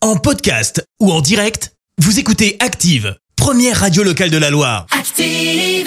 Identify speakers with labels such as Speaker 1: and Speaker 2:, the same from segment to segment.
Speaker 1: En podcast ou en direct, vous écoutez Active, première radio locale de la Loire.
Speaker 2: Active.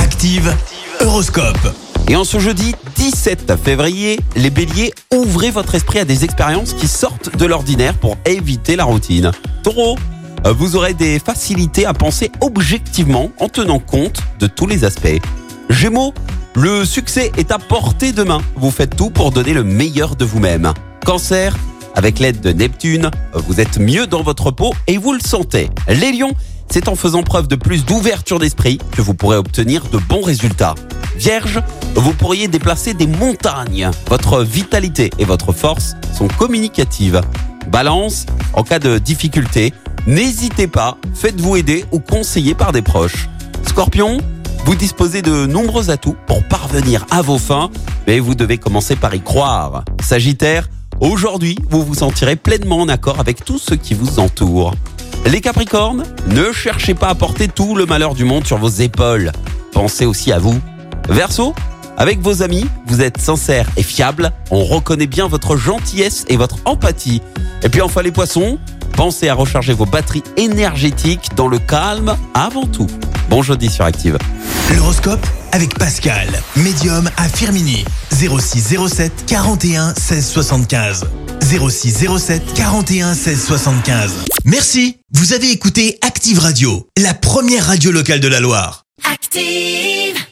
Speaker 1: Active, Horoscope.
Speaker 3: Et en ce jeudi 17 février, les béliers, ouvrez votre esprit à des expériences qui sortent de l'ordinaire pour éviter la routine. Taureau, euh, vous aurez des facilités à penser objectivement en tenant compte de tous les aspects. Gémeaux, le succès est à portée de main. Vous faites tout pour donner le meilleur de vous-même. Cancer, avec l'aide de Neptune, euh, vous êtes mieux dans votre peau et vous le sentez. Les lions, c'est en faisant preuve de plus d'ouverture d'esprit que vous pourrez obtenir de bons résultats. Vierge, vous pourriez déplacer des montagnes. Votre vitalité et votre force sont communicatives. Balance, en cas de difficulté, n'hésitez pas, faites-vous aider ou conseiller par des proches. Scorpion, vous disposez de nombreux atouts pour parvenir à vos fins, mais vous devez commencer par y croire. Sagittaire, aujourd'hui, vous vous sentirez pleinement en accord avec tout ce qui vous entoure. Les Capricornes, ne cherchez pas à porter tout le malheur du monde sur vos épaules. Pensez aussi à vous. Verseau, avec vos amis, vous êtes sincère et fiable. On reconnaît bien votre gentillesse et votre empathie. Et puis enfin les poissons, pensez à recharger vos batteries énergétiques dans le calme avant tout. Bon jeudi sur Active.
Speaker 1: L'horoscope avec Pascal, médium à Firmini. 0607 41 16 75. 0607 41 16 75. Merci, vous avez écouté Active Radio, la première radio locale de la Loire.
Speaker 2: Active.